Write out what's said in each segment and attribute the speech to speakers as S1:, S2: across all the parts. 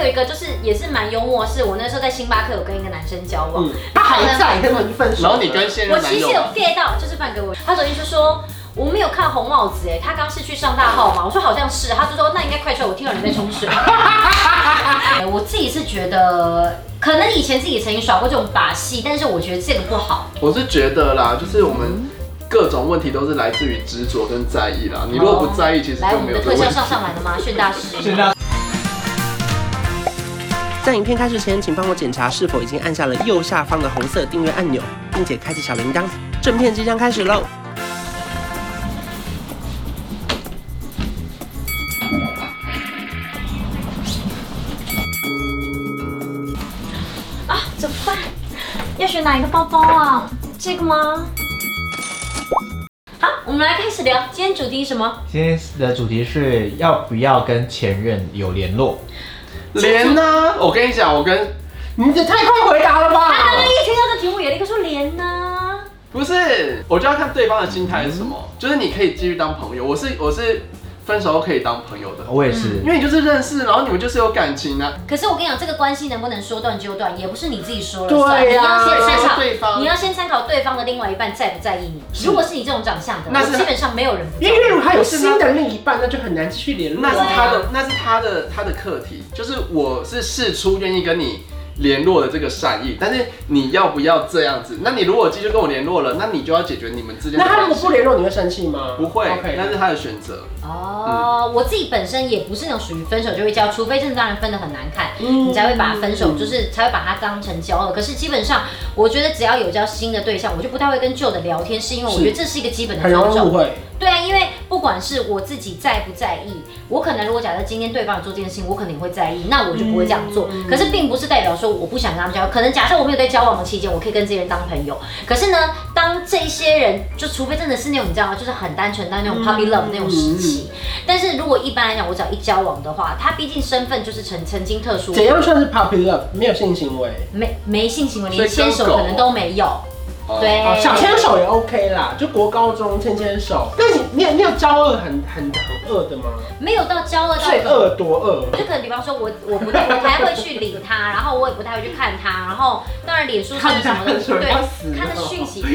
S1: 有一个就是也是蛮幽默，是我那时候在星巴克有跟一个男生交往，
S2: 嗯，
S1: 他
S2: 他
S1: 好像
S2: 还在，但是已经分手了。
S3: 然后你跟现
S1: 我
S3: 任
S1: 其
S3: 男
S1: 实
S3: 友啊
S1: 有 get 到，就是范给我，他首先就说。我没有看红帽子哎，他刚是去上大号嘛，我说好像是，他就说那应该快车，我听到你在冲 水。哎我自己是觉得，可能以前自己曾经耍过这种把戏，但是我觉得这个不好。
S3: 我是觉得啦，就是我们各种问题都是来自于执着跟在意啦。你如果不在意，其实
S1: 哦来，
S3: 就
S1: 我
S3: 没
S1: 们
S3: 有
S1: 的
S3: 这个
S1: 特效
S3: 问题。
S1: 上上来了 吗？炫大师，
S4: 现在
S2: 在影片开始前，请帮我检查是否已经按下了右下方的红色订阅按钮，并且开启小铃铛。正片即将开始喽！
S1: 啊，怎么办？要选哪一个包包啊？这个吗？好，我们来开始聊，今天主题是什么？
S4: 今天的主题是要不要跟前任有联络？
S3: 连呢、我跟你讲，我跟你这太快回答了吧？
S1: 他刚刚一听到这题目，有那个说连呢，
S3: 不是，我就要看对方的心态是什么。
S1: 嗯
S3: 就是你可以继续当朋友，我是我是分手后可以当朋友的，
S4: 我也是
S3: 因，为你就是认识，然后你们就是有感情啊。
S1: 可是我跟你讲，这个关系能不能说断就断，也不是你自己说了
S3: 对
S1: 算。你要
S3: 呀
S1: 先参考
S3: 所以是对方
S1: 你要先参考对方的另外一半在不在意你。如果是你这种长相的，
S3: 那
S1: 那
S3: 是
S1: 基本上没有人不在
S2: 因为如果他有新的另一半，那就很难继续联络。
S3: 那是
S1: 对啊
S3: 他的，那是他的他的课题，就是我是试出愿意跟你联络的这个善意，但是你要不要这样子？那你如果继续跟我联络了，那你就要解决你们之间的
S2: 那他如
S3: 关
S2: 果
S3: 系啊
S2: 不。联络，你会生气吗？
S3: 不会
S2: OK，
S3: 那是他的选择。
S1: 哦，我自己本身也不是那种属于分手就会交，除非真的让人分得很难看，
S2: 嗯
S1: 你才会把分手就是才会把它当成交恶。可是基本上，我觉得只要有交新的对象，我就不太会跟旧的聊天，是因为我
S2: 是
S1: 觉得这是一个基本的
S2: 很容
S1: 尊
S2: 易误
S1: 重。
S2: 会。
S1: 对啊，因为不管是我自己在不在意，我可能如果假设今天对方有做这件事情，我肯定会在意，那我就不会这样做。可是并不是代表说我不想跟他们交往，可能假设我没有在交往的期间，我可以跟这些人当朋友。可是呢，当这些人就除非真的是那种你知道吗，就是很单纯到那种 puppy love 那种时期。但是如果一般来讲，我只要一交往的话，他毕竟身份就是曾曾经特殊，
S2: 怎样算是 puppy love？没有性行为，
S1: 没没性行为，
S3: 所
S1: 连
S3: 以跟
S1: 牵手
S3: 狗
S1: 可能都没有。
S3: 哦
S1: 对
S2: 哦，小牵手也 OK 啦，就国高中牵牵手。但你你有你有交恶很很很恶的吗？
S1: 没有到交恶到
S2: 最恶多恶？
S1: 就可能比方说我我不太我不太会去理他，然后我也不太会去看他，然后当然脸书上面什么的，
S2: 看他
S1: 对
S2: 要死了
S1: 看的讯息，对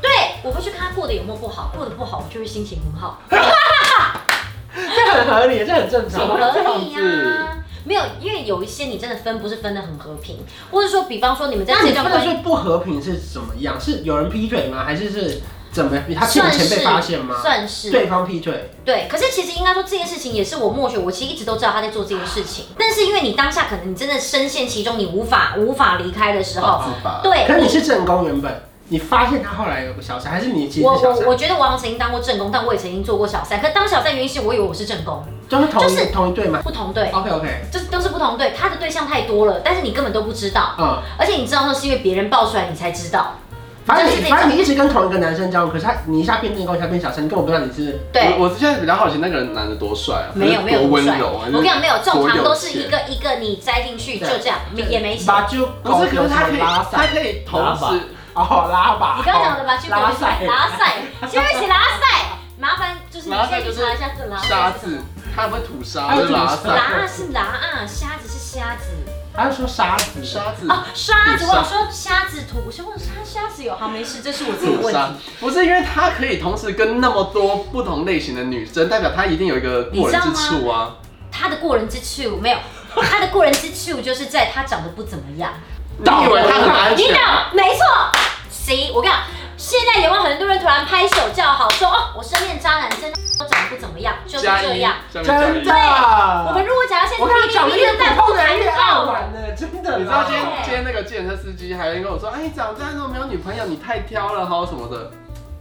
S1: 对，我会去看他过得有没有不好，过得不好我就会心情很好，
S2: 这很合理，这很正
S3: 怎么
S2: 常。
S3: 会这
S1: 合
S3: 样
S1: 理呀、
S3: 子
S1: 啊没有，因为有一些你真的分不是分的很和平，或者说比方说你们在
S2: 那
S1: 这
S2: 你
S1: 段
S2: 分的
S1: 关系
S2: 最不和平是怎么样？是有人劈腿吗？还是是怎么样？他欠
S1: 算
S2: 钱
S1: 是
S2: 被发现吗？
S1: 算是
S2: 对方劈腿，
S1: 对，可是其实应该说这件事情也是我默许，我其实一直都知道他在做这件事情，但是因为你当下可能你真的深陷其中，你无法无法离开的时候
S3: 哦自，拔
S1: 对，
S2: 可是你是正宫原本，你发现他后来有个小三，还是你其实
S1: 我
S2: 是小
S1: 我
S2: 三？
S1: 我觉得王曾经当过正宫，但我也曾经做过小三。可当小三的原因是我以为我是正宫，
S2: 就是同一
S1: 就是
S2: 同一对吗
S1: 不同队，
S2: ？OK OK，
S1: 就是都是不同队，他的对象太多了，但是你根本都不知道，
S2: 嗯，
S1: 而且你知道那是因为别人爆出来你才知道。
S2: 反正
S1: 就是那
S2: 你
S1: 种
S2: 反正你一直跟同一个男生交往，可是他你一下变正宫，一下变小三，你根本不知道你是
S1: 对，
S3: 我我现在比较好奇那个人男的多帅啊，
S1: 没有没有那
S3: 多
S1: 么
S3: 温
S1: 帅。
S3: 柔啊，
S1: 我跟你讲，没有，这种
S3: 多有
S1: 常都是
S3: 钱
S1: 一个一个你栽进去就
S2: 对
S1: 这样，也没戏。
S2: 把就
S3: 不是，可是他可以
S2: 拉
S3: 他
S2: 塞
S3: 可以同
S4: 拉
S3: 时
S4: 吧
S2: 哦拉吧，
S1: 你刚刚讲的吧，去
S2: 拉
S1: 赛
S2: 塞
S1: 拉赛，先一起拉赛，麻烦就是你
S3: 拉塞
S1: 先去
S3: 就是
S1: 查一下这拉
S3: 沙
S1: 塞是什
S3: 子
S1: 么。，
S3: 他会吐沙，
S2: 他会
S3: 会
S2: 吐
S3: 拉
S1: 拉
S3: 撒
S2: 沙
S1: 啊是拉啊，虾子是虾子。
S2: 他是说沙子
S3: 沙子
S1: 哦，沙子，
S3: 吐
S1: 我
S3: 沙
S1: 想说虾子图，我想问他虾子有好没事，这是我自己的
S3: 自
S1: 问题
S3: 杀。，不是因为他可以同时跟那么多不同类型的女生，代表他一定有一个过人之处啊。
S1: 他的过人之处没有，他的过人之处就是在他长得不怎么样。
S3: 你以为他很安
S1: 你
S3: 全
S1: 懂
S3: 啊？，
S1: 没错。行，我跟你讲，现在有没有很多人突然拍手叫好，说哦，我身边的渣男真的都长得不怎么样，就是
S3: 加
S1: 这
S3: 一
S1: 样。，
S3: 下面加
S2: 真
S3: 一
S2: 的。
S1: 我们如果假如现在
S2: 我看他长得
S1: 哔哩哔
S2: 越
S1: 哩的弹幕
S2: 普通人越爱
S1: 到，
S2: 玩呢，真的啦。
S3: 你知道今天
S1: 对
S3: 今天那个计程车司机还跟我说，哎，你长这样都没有女朋友，你太挑了哈什么的。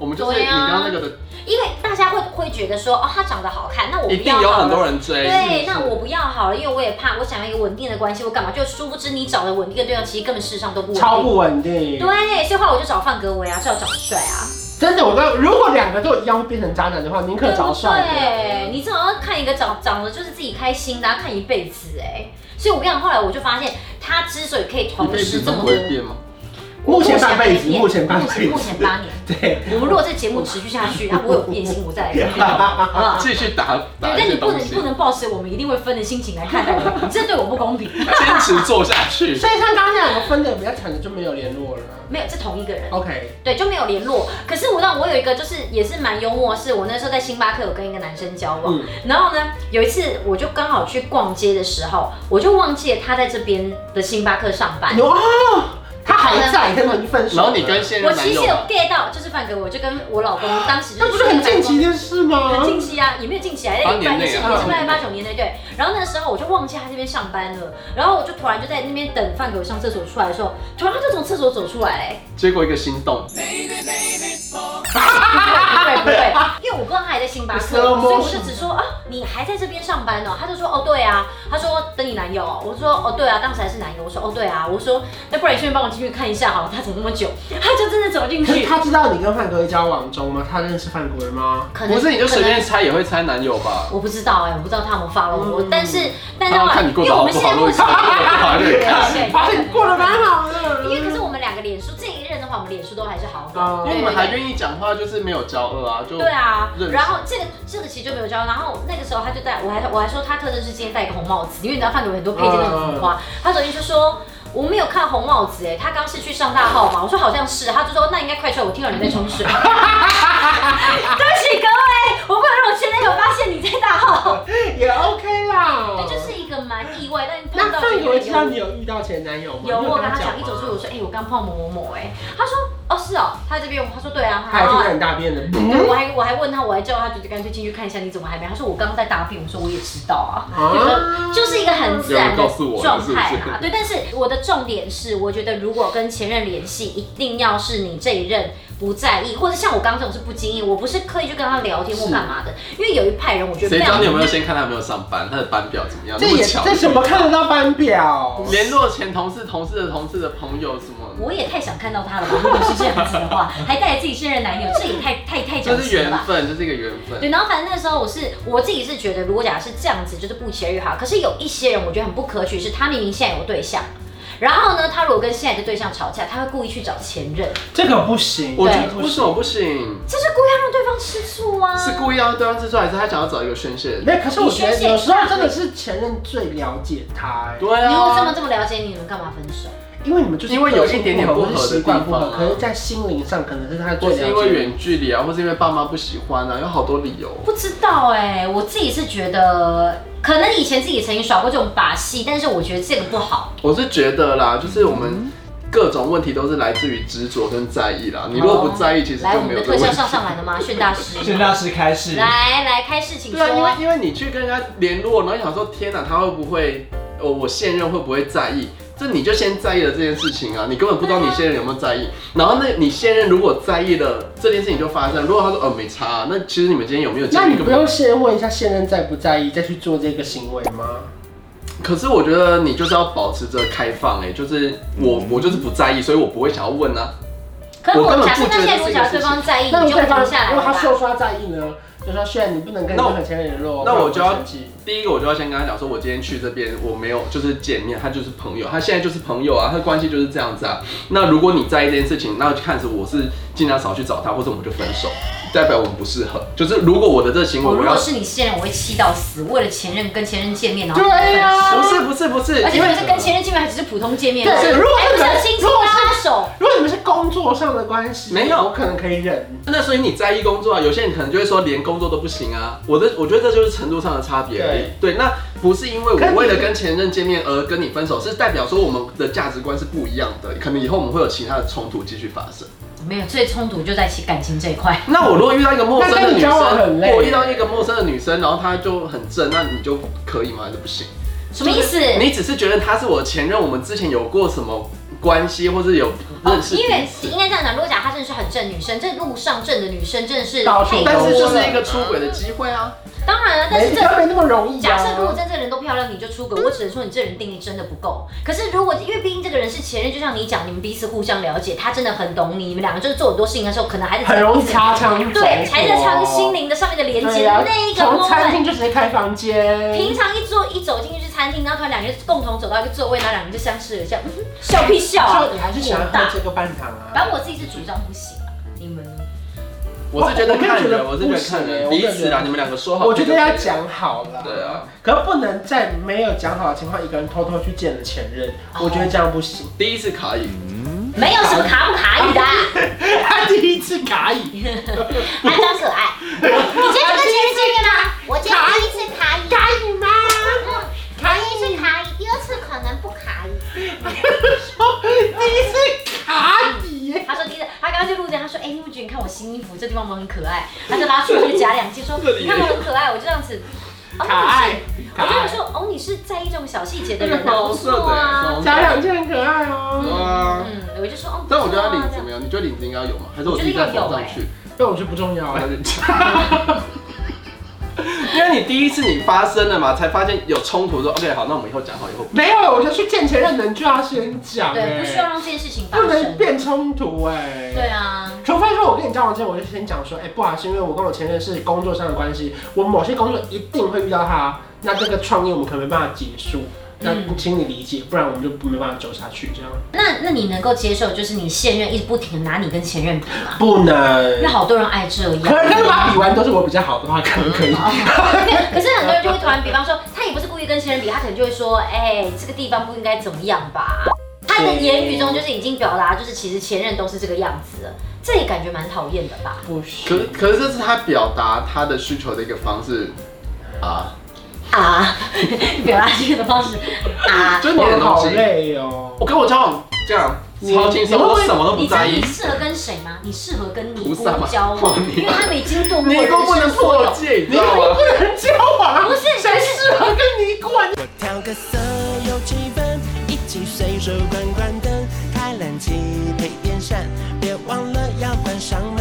S3: 我们就是
S1: 对
S3: 你
S1: 啊
S3: 刚刚那个的，
S1: 因为大家会会觉得说哦，他长得好看，那我不
S3: 一
S1: 要
S3: 定有
S1: 好了
S3: 很多人追。
S1: 对，那我不要好了，因为我也怕，我想要一个稳定的关系，我干嘛？就殊不知你找的稳定的对象，其实根本事实上都不稳定。
S2: 超不稳定。
S1: 对，所以后来我就找范格维啊，就要找帅啊。
S2: 真的，我跟如果两个都一样会变成渣男的话，宁可找帅
S1: 对，你至少要看一个长长得就是自己开心的、啊，看一辈子哎、所以我跟你讲，后来我就发现他之所以可以
S3: 一
S1: 同
S3: 辈
S1: 时
S3: 子
S1: 这
S3: 都
S1: 么
S3: 不
S1: 多
S3: 会，变吗？
S1: 我
S2: 目前半辈子
S1: 没变
S2: 目前半辈子
S1: 目前八年。
S2: 对，
S1: 我们如果这节目持续下去，啊，我有变心，我再来 看，好不好？
S3: 继续打
S1: 对，
S3: 打一
S1: 但你
S3: 些
S1: 不
S3: 东
S1: 能
S3: 西
S1: 不，能抱持我们一定会分的心情来看待我，你这对我不公平。
S3: 坚持做下 去。
S2: 所以像刚刚那两个分的比较惨的就没有联络了。
S1: 没有，这同一个人，
S2: OK，
S1: 对，就没有联络。可是我让我有一个就是也是蛮幽默的是，我那时候在星巴克有跟一个男生交往，
S2: 嗯
S1: 然后呢有一次我就刚好去逛街的时候，我就忘记了他在这边的星巴克上班。
S2: 有啊，他还在，跟他已经分手了。
S3: 然后你跟现
S1: 我
S3: 任男
S1: 其实
S3: 友
S1: 有
S3: 吗，
S1: get 到，就是范哥，我就跟我老公当时就
S2: 那不是很近期的事吗
S1: 很？近期啊，也没有近期啊，
S3: 八
S1: 也
S3: 年
S1: 半
S3: 内
S1: 也是也
S3: 啊
S1: 是大概八九年内对。然后那时候我就忘记他这边上班了，然后我就突然就在那边等饭给我上厕所出来的时候，突然他就从厕所走出来、哎
S3: 结果一个心动，
S1: 不会不 会，因为我不知道他还在星巴克，所
S2: Slow
S1: 以
S2: motion
S1: 我就只说啊，你还在这边上班哦。他就说哦对啊，他说等你男友哦，我说哦对啊，当时还是男友，我说哦对啊，我说那不然你顺便帮我进去看一下好了，他怎么那么久？ 他就真的走进
S2: 可是
S1: 去，
S2: 他知道你跟范哥交往中吗？他认识范哥吗？
S1: 可
S3: 不是你就随
S1: 可能
S3: 便猜也会猜男友吧？
S1: 我不知道哎、我不知道他有没有发了我，
S2: 嗯
S1: 但是但是
S3: 他
S1: 后来
S3: 看你过得好不好，
S1: 因
S3: 如
S1: 为我
S3: 果
S1: 们
S3: 你过
S1: 现
S3: 得
S1: 在
S3: 不好， 就得看。
S1: 对
S2: 发现哎过得蛮好的。
S1: 因为可是我们两个脸书这一任的话，我们脸书都还是好友。
S2: 哦
S3: 因为你们还愿意讲话，就是没有交恶啊，就
S1: 对啊
S3: 认，识
S1: 然后这个这个其实就没有教，然后那个时候他就戴，我还我还说他特征是今天戴一个红帽子，因为你知道范有很多配件那种红
S2: 嗯
S1: 花，他昨天就说我没有看红帽子哎，他刚是去上大号嘛，我说好像是，他就说哦那应该快出来，我听到你在冲 水，对 不起各位，我不能让我前男友发现你在大号，
S2: 也 OK 啦
S1: 对，。就是一个蛮意外，但碰
S2: 那
S1: 到
S2: 范
S1: 这
S2: 哥
S1: 个
S2: 知道你有遇到前男友吗？
S1: 有
S2: 你
S1: 我跟他
S2: 讲吗
S1: 讲一走出去，我说哎、我刚碰到某某某哎、他说哦是哦，他在这边，他说对啊，
S2: 他还听到你大便的。
S1: 对，我还我还问他，我还叫他就干脆进去看一下你怎么还没。他说我刚刚在大便，我说我也知道啊，
S2: 啊
S1: 就是一个很自然
S3: 有人告
S1: 的
S3: 诉我
S1: 状
S3: 了
S1: 态
S3: 是不
S1: 啦
S3: 是。
S1: 对，但是我的重点是，我觉得如果跟前任联系，一定要是你这一任不在意，或者像我刚刚这种是不经意，我不是刻意去跟他聊天或干嘛的，因为有一派人我觉得
S3: 谁
S1: 非
S3: 知
S1: 常
S3: 道你有没有先看他有没有上班，他的班表怎么样？
S2: 这
S3: 那么
S2: 也
S3: 巧，
S2: 这怎么看得到班表？
S3: 联络前同事、同事的同事的朋友什么，
S1: 我也太想看到他了吧？如果是这样子的话，还带着自己现任男友，这也太太太
S3: 这
S1: 讲
S3: 是
S1: 究了
S3: 缘
S1: 吧？
S3: 分，这是一个缘
S1: 对，
S3: 分。
S1: 然后反正那时候我是我自己是觉得，如果假设是这样子，就是不期而遇哈。可是有一些人，我觉得很不可取，是他明明现在有对象，然后呢，他如果跟现在的对象吵架，他会故意去找前任，
S2: 这个不行
S3: 我觉
S1: 对
S3: 得为什么不行？
S1: 这是故意要让对方吃醋啊。
S3: 是故意要对方吃醋，还是他想要找一个宣泄？
S2: 没有，可是我觉得有时候真的是前任最了解他，哎
S3: 对
S1: 你如果这么
S3: 啊，
S1: 这么了解你，你们干嘛分手？
S2: 因为你们就是
S3: 因为有一点点不合的地方啊
S2: 或是习惯不合，可是在心灵上可能是他最
S3: 或
S2: 了
S3: 是
S2: 解
S3: 因
S2: 你。
S3: 为远距离啊，或是因为爸妈不喜欢啊，有好多理由。
S1: 不知道哎、我自己是觉得，可能以前自己曾经耍过这种把戏，但是我觉得这个不好。
S3: 我是觉得啦，就是我
S1: 嗯
S3: 们各种问题都是来自于执着跟在意啦。你如果不在意，其实
S1: 来，
S3: 就
S1: 我
S3: 没
S1: 们
S3: 有
S1: 的
S3: 这个
S1: 哦特效
S3: 问题
S1: 上。上来了吗？炫大师，
S4: 现在是开始，
S1: 来来开始，请
S3: 对啊，因
S1: 说。
S3: 为因为你去跟人家联络，然后想说天哪，他会不会，哦，我现任会不会在意？这你就先在意了这件事情啊，你根本不知道你现任有没有在意。然后那你现任如果在意了，这件事情就发生。如果他说呃没差啊、那其实你们今天有没有
S2: 那
S3: 见
S2: 你
S3: 面根
S2: 不
S3: 本？
S2: 用先问一下现任在不在意，再去做这个行为吗？
S3: 可是我觉得你就是要保持着开放、哎，就是我我就是不在意，所以我不会想要问啊。
S1: 可是
S3: 我
S1: 我
S3: 根本
S1: 假设
S3: 不
S1: 那
S3: 觉得
S1: 现在如果
S3: 这个
S1: 假设
S3: 事
S1: 对方在意，
S2: 那
S1: 哎你就
S2: 如果
S1: 会
S2: 对
S1: 停
S2: 方
S1: 下来
S2: 如
S1: 了
S2: 果他
S1: 吧。
S2: 秀刷在意呢，就说炫你不能跟
S3: 那
S2: 任
S3: 我
S2: 何前任联络，
S3: 那我
S2: 不然
S3: 就要
S2: 生气
S3: 第一个我就要先跟他讲说，我今天去这边我没有就是见面，他就是朋友，他现在就是朋友啊，他关系就是这样子啊。那如果你在意这件事情，那就看着我是尽量少去找他，或者我们就分手，代表我们不适合。就是如果我的这个行为
S1: 我
S3: 我
S1: 如
S3: 要
S1: 果是你现任，我会气到死。为了前任跟前任见面，然后
S2: 对啊呀、
S1: 哦
S3: 不是不是不是，
S1: 而且
S3: 因为
S1: 就是跟前任见面还只是普通见面，
S2: 对
S1: 还
S2: 如果
S1: 还不
S2: 是
S1: 是亲亲
S2: 如果是
S1: 拉手。
S2: 如果你们是工作上的关系，
S3: 没有
S2: 我可能可以忍。
S3: 那所以你在意工作啊，有些人可能就会说连工作都不行啊。我的我觉得这就是程度上的差别而已。对，那不是因为
S2: 可是
S3: 我
S2: 你
S3: 为了跟前任见面而跟你分手，是代表说我们的价值观是不一样的，可能以后我们会有其他的冲突继续发生。
S1: 没有，最冲突就在其感情这一块。
S3: 那我如果遇到一个陌生的
S2: 那跟
S3: 女生，
S2: 你交往很累
S3: 我遇到一个陌生的女生，然后她就很正，那你就可以吗？还是不行？
S1: 什么意思？
S3: 就是你只是觉得她是我的前任，我们之前有过什么关系，或是有认识
S1: 哦因
S3: 彼
S1: 为
S3: 此
S1: 应该这样讲，如果讲她真的是很正的女生，这路上正的女生真的是
S2: 到处
S1: 太
S2: 都
S3: 但
S1: 多
S3: 是
S1: 了。
S3: 就是一个出轨的机会啊！
S1: 当然了，但
S2: 没
S1: 是这
S2: 他没那么容易、啊。
S1: 假设如果真正人都漂亮，你就出轨，我只能说你这人定力真的不够。可是如果因为毕竟这个人是前任，就像你讲，你们彼此互相了解，他真的很懂你，你们两个就是做很多事情的时候，可能还是
S2: 很容易擦枪走火
S1: 对，还在唱心灵的上面的连接
S2: 对
S1: 的
S2: 啊，
S1: 那一个
S2: 从餐
S1: moment。
S2: 厅就直接开房间，
S1: 平常一坐一走进去餐厅，然后突然两个人共同走到一个座位，然后两个人就相视而笑，嗯哼笑屁笑啊
S2: 就！你还是喜欢喝这个半糖啊。
S1: 反正我自己是主张不行啊，你们呢？
S3: 哦我是觉得看人，
S2: 我
S3: 我
S2: 我
S3: 是
S2: 没有觉
S3: 觉得
S2: 得
S3: 看人，
S2: 不行
S3: 彼此啊啦，你们两个说好。
S2: 我觉得要。讲好了，
S3: 对啊，
S2: 可是不能在没有讲好的情况，一个人偷偷去见了前任，
S1: 哦
S2: 我觉得这样不行。
S3: 第一次卡影，
S1: 没有什么卡不卡你 的、啊，
S2: 他第一次卡椅，
S1: 还装可爱。你今天是跟前任见面吗？
S5: 我今天第一次卡椅，
S2: 卡椅吗？
S5: 嗯，
S2: 卡椅
S5: 第一次卡椅，第二次可能不卡椅。
S2: 第一次卡 椅，
S1: 他说第一次，嗯他刚刚就路边，他说，哎、你不觉得你看我新衣服这地方我很可爱？他就拿出去夹 两斤，说，你看我很可爱，我就这样子。哦
S2: 卡爱，
S1: 我
S2: 卡
S1: 就想
S2: 爱，
S1: 说，哦，你是在意这种小细节的
S3: 那个
S1: 人啊，
S3: 黄
S1: 不
S3: 色的欸
S1: 错啊。
S2: 家两件很可爱哦。
S3: 哇！
S1: 嗯，我就说，哦，
S3: 啊但我觉得他领
S1: 不
S3: 子
S1: 错啊
S3: 没有，你觉得领子应该有欸吗？还是我自己再缝上去？
S2: 但我觉得不重要
S3: 我，还是因为你第一次你发生了嘛，才发现有冲突，说 OK 好，那我们以后讲好以后。
S2: 没有，我就去见前任人就要先讲，
S1: 啊这样对，
S2: 哎
S1: 不需要让这件事情发
S2: 不能
S1: 生。
S2: 变冲突哎。
S1: 对啊，
S2: 除非说我跟你交往之前，我就先讲说，哎、不好意思，因为我跟我前任是工作上的关系，我某些工作一定会遇到他，那这个创业我们可能没办法结束，那
S1: 嗯
S2: 请你理解，不然我们就没办法走下去，这样
S1: 那那你能够接受，就是你现任一直不停地拿你跟前任比吗？
S2: 不能
S1: 因为。好多人爱这样。
S2: 可 能跟他比完都是我比较好的话，可能可以。
S1: 嗯没有，可是很多人就会突然，比方说他也不是故意跟前任比，他可能就会说，哎、这个地方不应该怎么样吧。他的言语中就是已经表达，就是其实前任都是这个样子了，这也感觉蛮讨厌的吧？
S2: 不
S3: 可
S2: 行
S3: 是，可是这是他表达他的需求的一个方式啊，
S1: 啊， 表达这个的方式啊，
S3: 就是你的
S2: 我
S3: 东
S2: 好
S3: 西。
S2: 累哦。
S3: 我跟我交往这样超轻松，
S2: 你
S3: 我什么都不
S1: 你知道
S3: 在意
S1: 你。适合跟谁吗？你适合跟尼
S3: 菩
S1: 姑
S3: 萨吗
S1: 交往， 因为他们已经度过
S3: 你
S1: 人
S3: 都不能
S1: 生所
S3: 破
S1: 有。
S3: 戒，你知道吗？
S2: 不能交往啊！
S1: 不是
S2: 谁适合跟你管？
S6: 我调个色有气氛，一起随手关关灯，开冷气配电扇，别忘了要关上门。